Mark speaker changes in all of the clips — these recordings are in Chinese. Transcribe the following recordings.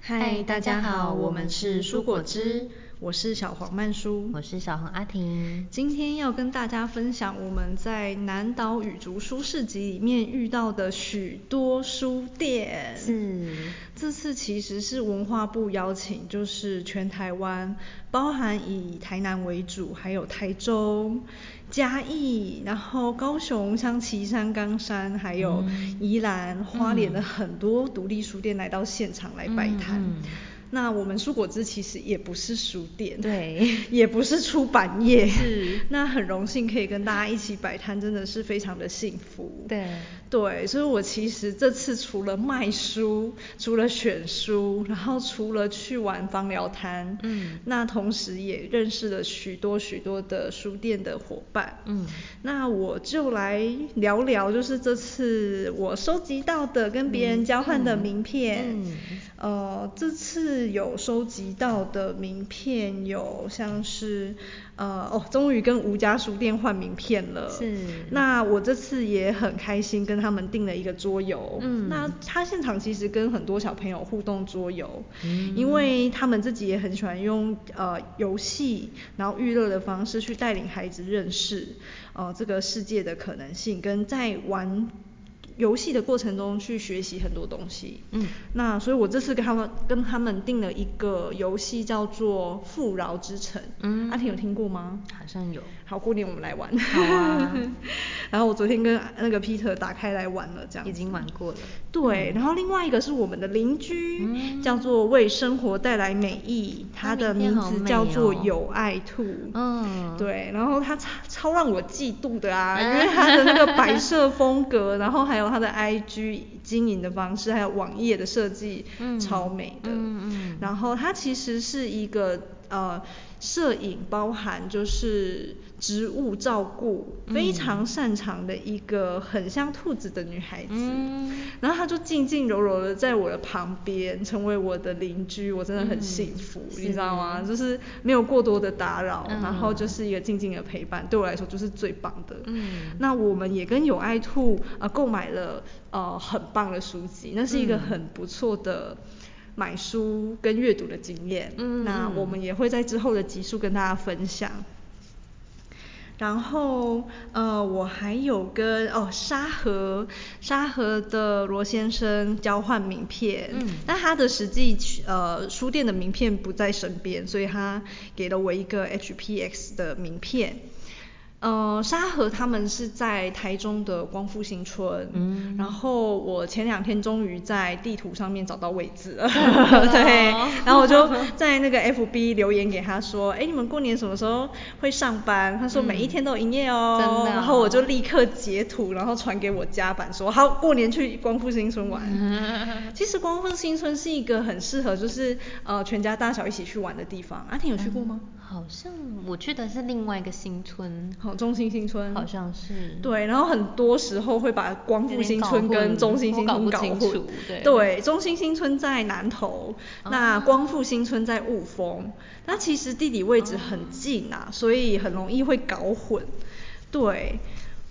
Speaker 1: 嗨，大家好，我们是蔬果汁，我是小黄曼舒，
Speaker 2: 我是小红阿婷。
Speaker 1: 今天要跟大家分享我们在南岛语族书市集里面遇到的许多书店。
Speaker 2: 是
Speaker 1: 这次其实是文化部邀请，就是全台湾，包含以台南为主，还有台中、嘉义，然后高雄像旗山、冈山，还有
Speaker 2: 嗯
Speaker 1: 宜兰、花莲的很多独立书店来到现场来摆摊。
Speaker 2: 嗯嗯
Speaker 1: 那我们蔬果汁其实也不是书店，
Speaker 2: 对
Speaker 1: 也不是出版业，
Speaker 2: 是
Speaker 1: 那很荣幸可以跟大家一起摆摊，真的是非常的幸福。
Speaker 2: 对
Speaker 1: 对，所以我其实这次除了卖书，除了选书，然后除了去玩芳疗摊，
Speaker 2: 嗯
Speaker 1: 那同时也认识了许多许多的书店的伙伴，
Speaker 2: 嗯
Speaker 1: 那我就来聊聊，就是这次我收集到的跟别人交换的名片。
Speaker 2: 嗯
Speaker 1: 呃，这次有收集到的名片有像是，呃，哦，终于跟吴家书店换名片了。
Speaker 2: 是
Speaker 1: 那我这次也很开心，跟他们订了一个桌游。
Speaker 2: 嗯
Speaker 1: 那他现场其实跟很多小朋友互动桌游，
Speaker 2: 嗯
Speaker 1: 因为他们自己也很喜欢用呃游戏，然后娱乐的方式去带领孩子认识呃这个世界的可能性，跟在玩游戏的过程中去学习很多东西。
Speaker 2: 嗯
Speaker 1: 那所以我这次跟他们跟他们定了一个游戏，叫做《富饶之城》。
Speaker 2: 嗯
Speaker 1: 阿婷有听过吗？
Speaker 2: 好像有
Speaker 1: 好，过年我们来玩。
Speaker 2: 好啊
Speaker 1: 然后我昨天跟那个 Peter 打开来玩了，这样子
Speaker 2: 已经玩过了。
Speaker 1: 对，然后另外一个是我们的邻居，
Speaker 2: 嗯
Speaker 1: 叫做为生活带来美意，它
Speaker 2: 它
Speaker 1: 的
Speaker 2: 名
Speaker 1: 名
Speaker 2: 片好
Speaker 1: 字
Speaker 2: 美
Speaker 1: 叫做
Speaker 2: 哦
Speaker 1: 有爱兔。
Speaker 2: 嗯
Speaker 1: 对，然后它超超让我嫉妒的啊，因为它的那个摆设风 格，然后还有它的 IG 经营的方式，还有网页的设计，
Speaker 2: 嗯
Speaker 1: 超美的。
Speaker 2: 嗯嗯
Speaker 1: 然后它其实是一个呃摄影包含就是植物照顾
Speaker 2: 嗯
Speaker 1: 非常擅长的一个很像兔子的女孩子。
Speaker 2: 嗯
Speaker 1: 然后他就静静柔柔的在我的旁边，成为我的邻居，我真的很幸福，
Speaker 2: 嗯
Speaker 1: 你知道吗？就是没有过多的打扰，
Speaker 2: 嗯
Speaker 1: 然后就是一个静静的陪伴，对我来说就是最棒的。
Speaker 2: 嗯
Speaker 1: 那我们也跟有爱兔呃购买了呃很棒的书籍，那是一
Speaker 2: 嗯
Speaker 1: 个很不错的。买书跟阅读的经验，
Speaker 2: 嗯
Speaker 1: 那
Speaker 2: 嗯
Speaker 1: 我们也会在之后的集数跟大家分享。然后呃，我还有跟哦沙河沙河的罗先生交换名片，
Speaker 2: 嗯
Speaker 1: 但他的实际呃书店的名片不在身边，所以他给了我一个 HPX 的名片。呃，沙河他们是在台中的光复新村，
Speaker 2: 嗯
Speaker 1: 然后我前两天终于在地图上面找到位置了，
Speaker 2: 的
Speaker 1: 对
Speaker 2: 哦，
Speaker 1: 然后我就在那个 FB 留言给他说，哎，你们过年什么时候会上班？他说每一天都有营业哦，
Speaker 2: 嗯真的哦
Speaker 1: 然后我就立刻截图，然后传给我家版说，好，过年去光复新村玩。
Speaker 2: 嗯
Speaker 1: 其实光复新村是一个很适合就是呃全家大小一起去玩的地方，阿婷有去过吗？
Speaker 2: 好像我去的是另外一个新村，
Speaker 1: 好，中心新村
Speaker 2: 好像是
Speaker 1: 对，然后很多时候会把光复新村跟中心新村
Speaker 2: 有点
Speaker 1: 搞
Speaker 2: 搞
Speaker 1: 混，
Speaker 2: 混我搞不清楚对
Speaker 1: 中心新村在南头，
Speaker 2: 哦
Speaker 1: 那光复新村在雾峰，那其实地理位置很近
Speaker 2: 哦
Speaker 1: 啊，所以很容易会搞混，对。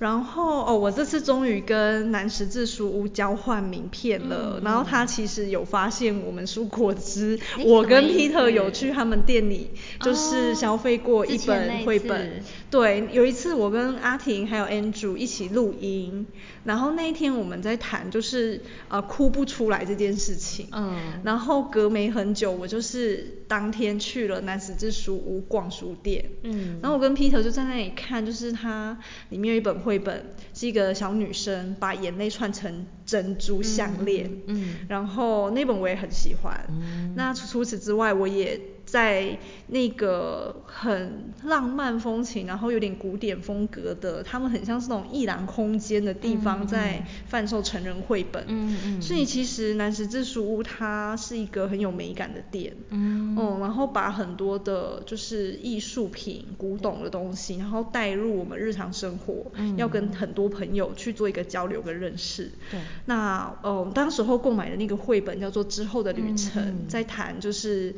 Speaker 1: 然后哦，我这次终于跟南十字书屋交换名片了，然后他其实有发现我们蔬果汁，
Speaker 2: 嗯诶
Speaker 1: 我
Speaker 2: 什
Speaker 1: 跟
Speaker 2: 么意
Speaker 1: Peter 有
Speaker 2: 思
Speaker 1: 去他们店里，就是
Speaker 2: 哦
Speaker 1: 消费过一
Speaker 2: 之前那
Speaker 1: 本
Speaker 2: 一
Speaker 1: 绘
Speaker 2: 次
Speaker 1: 本，对，有一次我跟阿婷还有 Andrew 一起录音，然后那一天我们在谈就是呃哭不出来这件事情。
Speaker 2: 嗯
Speaker 1: 然后隔没很久，我就是当天去了南十字书屋逛书店。
Speaker 2: 嗯
Speaker 1: 然后我跟 Peter 就在那里看，就是它里面有一本绘本，是一个小女生把眼泪串成珍珠项链。
Speaker 2: 嗯嗯
Speaker 1: 然后那本我也很喜欢。
Speaker 2: 嗯
Speaker 1: 那除除此之外，我也在那个很浪漫风情，然后有点古典风格的，他们很像是那种艺廊空间的地方，
Speaker 2: 嗯嗯
Speaker 1: 在贩售成人绘本。
Speaker 2: 嗯嗯
Speaker 1: 所以其实南十字书屋它是一个很有美感的店。
Speaker 2: 嗯
Speaker 1: 嗯，然后把很多的就是艺术品、古董的东西，然后带入我们日常生活，
Speaker 2: 嗯
Speaker 1: 要跟很多朋友去做一个交流跟认识。
Speaker 2: 对
Speaker 1: 那呃，当时候购买的那个绘本叫做《之后的旅程》
Speaker 2: 嗯嗯
Speaker 1: 在谈就是。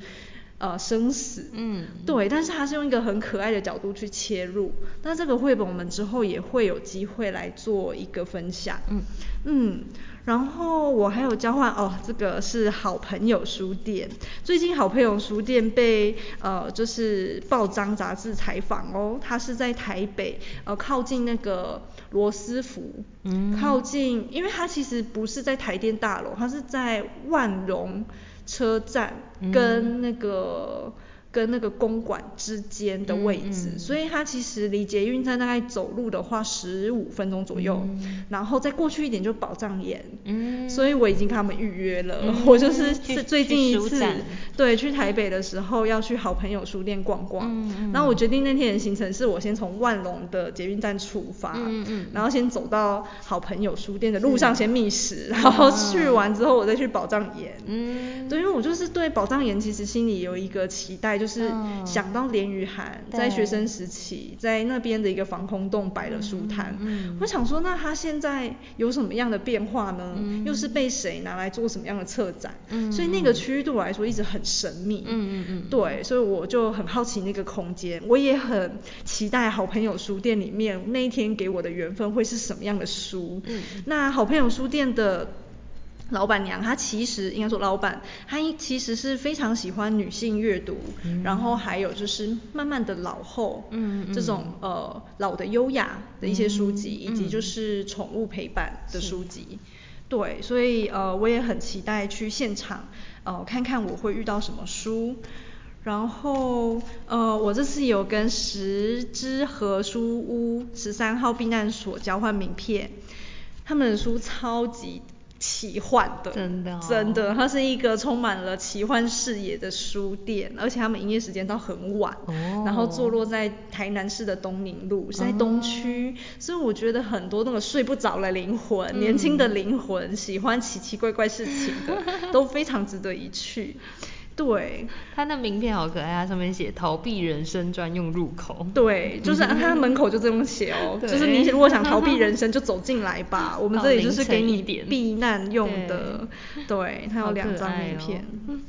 Speaker 1: 呃生死，
Speaker 2: 嗯
Speaker 1: 对，但是它是用一个很可爱的角度去切入。那这个绘本我们之后也会有机会来做一个分享，
Speaker 2: 嗯
Speaker 1: 嗯，然后我还有交换哦，这个是好朋友书店，最近好朋友书店被呃就是报章杂志采访哦，它是在台北呃靠近那个罗斯福，
Speaker 2: 嗯
Speaker 1: 靠近，因为它其实不是在台电大楼，它是在万荣车站
Speaker 2: 嗯
Speaker 1: 跟那个、跟那个公馆之间的位置，
Speaker 2: 嗯嗯
Speaker 1: 所以它其实离捷运站大概走路的话十五分钟左右，然后再过去一点就宝藏岩。
Speaker 2: 嗯
Speaker 1: 所以我已经跟他们预约了，
Speaker 2: 嗯
Speaker 1: 我就是
Speaker 2: 去
Speaker 1: 是最
Speaker 2: 去
Speaker 1: 近一
Speaker 2: 书
Speaker 1: 次
Speaker 2: 展
Speaker 1: 对去台北的时候要去好朋友书店逛逛，
Speaker 2: 嗯嗯
Speaker 1: 然后我决定那天的行程是我先从万隆的捷运站出发，
Speaker 2: 嗯嗯嗯
Speaker 1: 然后先走到好朋友书店的路上先觅食，然后去完之后我再去宝藏岩。
Speaker 2: 嗯
Speaker 1: 对，因为我就是对宝藏岩其实心里有一个期待，就是
Speaker 2: 嗯
Speaker 1: 想到连雨涵
Speaker 2: 对
Speaker 1: 在学生时期在那边的一个防空洞摆了书摊，
Speaker 2: 嗯嗯
Speaker 1: 我想说那他现在有什么样的变化呢？又是被谁拿来做什么样的策展？
Speaker 2: 嗯
Speaker 1: 所以那个区域对我来说一直很神秘。
Speaker 2: 嗯嗯嗯
Speaker 1: 对，所以我就很好奇那个空间，我也很期待好朋友书店里面那一天给我的缘分会是什么样的书。
Speaker 2: 嗯
Speaker 1: 那好朋友书店的老板娘，她其实应该说老板，她一其实是非常喜欢女性阅读，然后还有就是慢慢的老后，
Speaker 2: 嗯嗯嗯
Speaker 1: 这种呃老的优雅的一些书籍，
Speaker 2: 嗯
Speaker 1: 以及
Speaker 2: 嗯
Speaker 1: 就是宠物陪伴的书籍。对，所以呃，我也很期待去现场，呃，看看我会遇到什么书。然后呃，我这次有跟十之和书屋十三号避难所交换名片，他们的书超级奇幻的，
Speaker 2: 真的哦
Speaker 1: 真的，它是一个充满了奇幻视野的书店，而且他们营业时间到很晚，
Speaker 2: 哦
Speaker 1: 然后坐落在台南市的东宁路，是在东区，所以我觉得很多那个睡不着的灵魂、年轻的灵魂，喜欢奇奇怪怪事情的，都非常值得一去。对，
Speaker 2: 他那名片好可爱，它上面写“逃避人生专用入口”。
Speaker 1: 对，就是它门口就这么写哦，
Speaker 2: 嗯对
Speaker 1: 就是你如果想逃 避人生，就走进来吧。我们这里就是给
Speaker 2: 到
Speaker 1: 你
Speaker 2: 凌晨一点
Speaker 1: 避难用的，对，它有
Speaker 2: 好
Speaker 1: 两
Speaker 2: 可
Speaker 1: 张
Speaker 2: 爱
Speaker 1: 名
Speaker 2: 哦
Speaker 1: 片。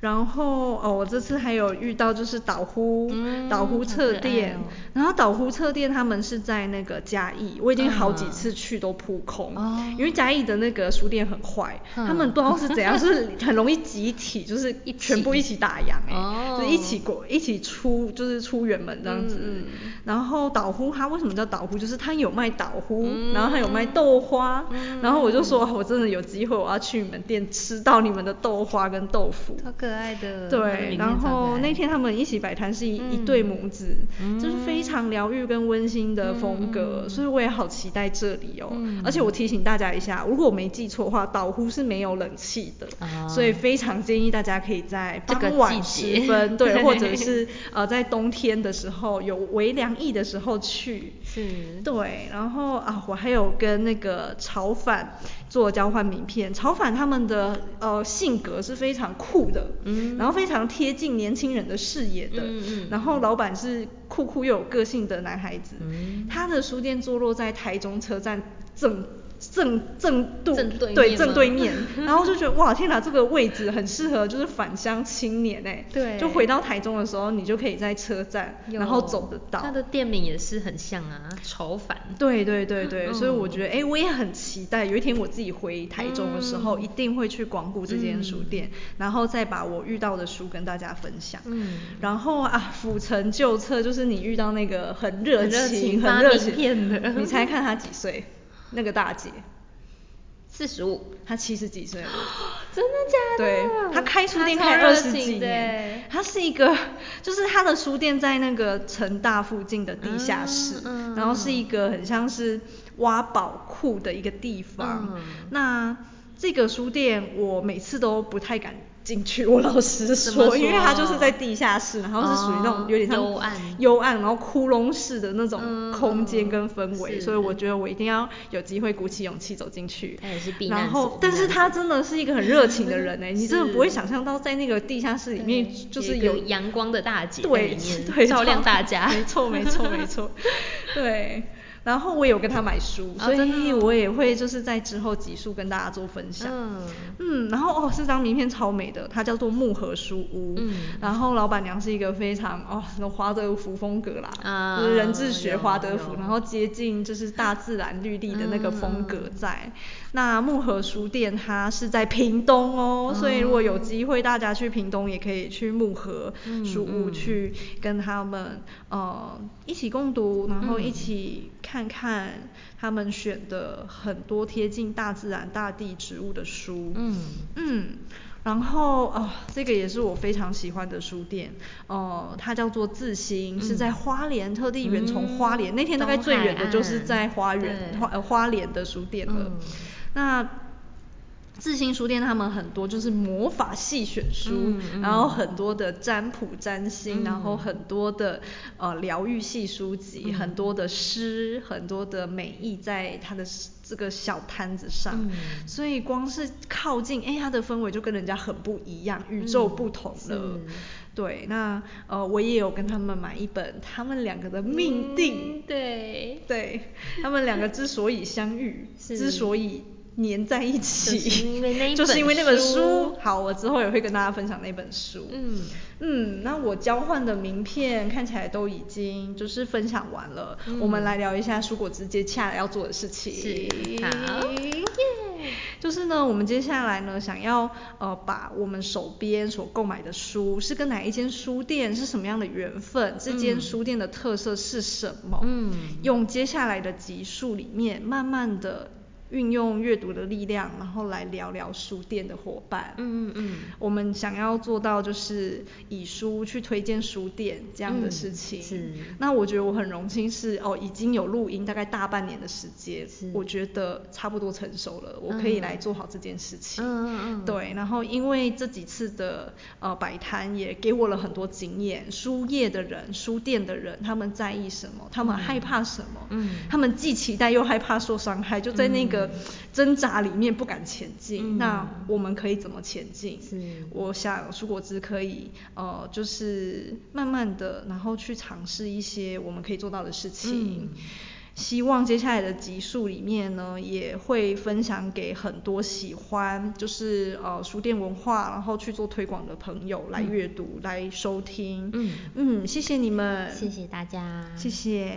Speaker 1: 然后哦，我这次还有遇到就是岛呼、
Speaker 2: 嗯
Speaker 1: 岛呼
Speaker 2: 好
Speaker 1: 册
Speaker 2: 可爱
Speaker 1: 店，
Speaker 2: 哦
Speaker 1: 然后岛呼册店他们是在那个嘉义，我已经好几
Speaker 2: 嗯
Speaker 1: 次去都扑空，
Speaker 2: 哦
Speaker 1: 因为嘉义的那个书店很坏，他们
Speaker 2: 嗯
Speaker 1: 不知道是怎 样，就是很容易集体就是
Speaker 2: 一
Speaker 1: 全部一起打烊哎、
Speaker 2: 哦
Speaker 1: 就是一起过一起出就是出远门这样子。
Speaker 2: 嗯
Speaker 1: 然后岛呼它为什么叫岛呼，就是它有卖岛呼，
Speaker 2: 嗯
Speaker 1: 然后它有卖豆花，
Speaker 2: 嗯
Speaker 1: 然后我就说哦我真的有机会我要去你们店吃到你们的豆花跟豆腐。
Speaker 2: 超可爱的。
Speaker 1: 对，
Speaker 2: 名片
Speaker 1: 然
Speaker 2: 超可
Speaker 1: 后
Speaker 2: 爱
Speaker 1: 那天他们一起摆摊是一、
Speaker 2: 嗯
Speaker 1: 一对母子，就是非常疗愈跟温馨的
Speaker 2: 嗯
Speaker 1: 风格，所以我也好期待这里哦。而且我提醒大家一下，如果我没记错的话，岛呼是没有冷气的，
Speaker 2: 啊
Speaker 1: 所以非常建议大家可以在
Speaker 2: 这个
Speaker 1: 傍晚
Speaker 2: 季
Speaker 1: 时
Speaker 2: 节
Speaker 1: 分，对，
Speaker 2: 对
Speaker 1: 或者是呃在冬天的时候有微凉意的时候去。
Speaker 2: 是
Speaker 1: 对，然后啊，我还有跟那个潮返做交换名片，潮返他们的呃性格是非常酷的，嗯，然后非常贴近年轻人的视野的，
Speaker 2: 嗯嗯
Speaker 1: 然后老板是酷酷又有个性的男孩子，嗯，他的书店坐落在台中车站正。正正对
Speaker 2: 正对
Speaker 1: 对
Speaker 2: 面
Speaker 1: 正
Speaker 2: 吗
Speaker 1: 对面，然后就觉得哇天哪，这个位置很适合就是返乡青年哎，
Speaker 2: 对
Speaker 1: 就回到台中的时候，你就可以在车站，然后走得到。
Speaker 2: 它的店名也是很像啊，潮返。
Speaker 1: 对对对对，所以
Speaker 2: 嗯
Speaker 1: 我觉得，哎、我也很期待有一天我自己回台中的时
Speaker 2: 嗯
Speaker 1: 候，一定会去光顾这间书店，然后再把我遇到的书跟大家分享。
Speaker 2: 嗯，
Speaker 1: 然后啊，府城旧册就是你遇到那个很热
Speaker 2: 很热
Speaker 1: 情、
Speaker 2: 情
Speaker 1: 很
Speaker 2: 发
Speaker 1: 热
Speaker 2: 名
Speaker 1: 情
Speaker 2: 片的
Speaker 1: 你猜看她几岁？那个大姐，
Speaker 2: 四十五，
Speaker 1: 她七十几岁了。
Speaker 2: 真的假的？
Speaker 1: 对，他开书店
Speaker 2: 它超
Speaker 1: 开
Speaker 2: 热
Speaker 1: 二十
Speaker 2: 情
Speaker 1: 几
Speaker 2: 的
Speaker 1: 年
Speaker 2: 欸，
Speaker 1: 他是一个，就是他的书店在那个成大附近的地下室，
Speaker 2: 嗯嗯
Speaker 1: 然后是一个很像是挖宝库的一个地方。
Speaker 2: 嗯
Speaker 1: 那这个书店我每次都不太敢。进去，我老实
Speaker 2: 怎么
Speaker 1: 说，因为它
Speaker 2: 说
Speaker 1: 就是在地下室，然后是属于那种
Speaker 2: 哦
Speaker 1: 有点像
Speaker 2: 幽暗
Speaker 1: 幽暗，然后窟窿式的那种
Speaker 2: 嗯
Speaker 1: 空间
Speaker 2: 嗯
Speaker 1: 跟氛围，
Speaker 2: 是
Speaker 1: 所以我觉得我一定要有机会鼓起勇气走进去。
Speaker 2: 它也是避
Speaker 1: 然
Speaker 2: 难
Speaker 1: 后
Speaker 2: 所，
Speaker 1: 但
Speaker 2: 避
Speaker 1: 是
Speaker 2: 难
Speaker 1: 他
Speaker 2: 所
Speaker 1: 真的是一个很热情的人哎、你真的不会
Speaker 2: 是
Speaker 1: 想象到在那个地下室里面
Speaker 2: 对
Speaker 1: 就是
Speaker 2: 有
Speaker 1: 有
Speaker 2: 一个阳光的大姐在
Speaker 1: 对
Speaker 2: 里面
Speaker 1: 对，
Speaker 2: 照亮大家
Speaker 1: 没错没错没错，对。然后我也有跟他买书，
Speaker 2: 哦
Speaker 1: 所
Speaker 2: 真的
Speaker 1: 以
Speaker 2: 哦
Speaker 1: 我也会就是在之后集数跟大家做分享。
Speaker 2: 嗯
Speaker 1: 嗯然后哦，这张名片超美的，它叫做木盒书屋。
Speaker 2: 嗯
Speaker 1: 然后老板娘是一个非常哦，那种华德福风格啦，
Speaker 2: 啊
Speaker 1: 就是人智学
Speaker 2: 有
Speaker 1: 华德福，
Speaker 2: 有
Speaker 1: 然后接近就是大自然绿地的那个风格
Speaker 2: 嗯
Speaker 1: 在。那木盒书店它是在屏东哦，所以如果有机会大家去屏东，也可以去木盒
Speaker 2: 嗯
Speaker 1: 书屋
Speaker 2: 嗯
Speaker 1: 去跟他们呃一起共读，然后一
Speaker 2: 嗯
Speaker 1: 起看看他们选的很多贴近大自然、大地植物的书。
Speaker 2: 嗯
Speaker 1: 嗯，然后哦，这个也是我非常喜欢的书店，哦、它叫做自新，是在
Speaker 2: 嗯
Speaker 1: 花莲，特地远从
Speaker 2: 嗯
Speaker 1: 花莲，那天大概
Speaker 2: 东
Speaker 1: 最
Speaker 2: 海
Speaker 1: 远的就是
Speaker 2: 岸
Speaker 1: 在花园
Speaker 2: 对
Speaker 1: 花呃花莲的书店了。
Speaker 2: 嗯
Speaker 1: 那自新书店他们很多就是魔法系选书，
Speaker 2: 嗯嗯
Speaker 1: 然后很多的占卜占星，然后
Speaker 2: 嗯
Speaker 1: 很多的呃疗愈系书籍，
Speaker 2: 嗯
Speaker 1: 很多的诗，很多的美意在它的这个小摊子上，
Speaker 2: 嗯
Speaker 1: 所以光是靠近，哎，它的氛围就跟人家很不一样，宇宙不同了。
Speaker 2: 嗯是
Speaker 1: 对，那呃，我也有跟他们买一本他们两个的命定，
Speaker 2: 嗯对
Speaker 1: 对他们两个之所以相遇，
Speaker 2: 是
Speaker 1: 之所以粘在一起，
Speaker 2: 就是因为那一
Speaker 1: 就是因为那本
Speaker 2: 本书
Speaker 1: 好，我之后也会跟大家分享那本书。
Speaker 2: 嗯
Speaker 1: 嗯那我交换的名片看起来都已经就是分享完了，
Speaker 2: 嗯
Speaker 1: 我们来聊一下蔬果直接洽要做的事情。
Speaker 2: 是好耶
Speaker 1: 就是呢，我们接下来呢，想要呃把我们手边所购买的书是跟哪一间书店是什么样的缘分，这间
Speaker 2: 嗯
Speaker 1: 书店的特色是什么？
Speaker 2: 嗯
Speaker 1: 用接下来的集数里面，慢慢的运用阅读的力量，然后来聊聊书店的伙伴。
Speaker 2: 嗯嗯嗯
Speaker 1: 我们想要做到就是以书去推荐书店这样的
Speaker 2: 嗯
Speaker 1: 事情。
Speaker 2: 是
Speaker 1: 那我觉得我很荣幸是哦，已经有录音大概大半年的时间
Speaker 2: 是，
Speaker 1: 我觉得差不多成熟了，我可以
Speaker 2: 嗯
Speaker 1: 来做好这件事情。
Speaker 2: 嗯嗯嗯
Speaker 1: 对，然后因为这几次的呃摆摊也给我了很多经验，书业的人、书店的人，他们在意什么，他们害怕什么，
Speaker 2: 嗯
Speaker 1: 他们既期待又害怕受伤害，就在那个挣扎里面不敢前进。
Speaker 2: 嗯
Speaker 1: 那我们可以怎么前进？
Speaker 2: 是
Speaker 1: 我想蔬果汁可以呃，就是慢慢的，然后去尝试一些我们可以做到的事情。
Speaker 2: 嗯
Speaker 1: 希望接下来的集数里面呢，也会分享给很多喜欢就是呃书店文化，然后去做推广的朋友来阅读、来收听。
Speaker 2: 嗯
Speaker 1: 嗯，谢谢你们，
Speaker 2: 谢谢大家
Speaker 1: 谢谢。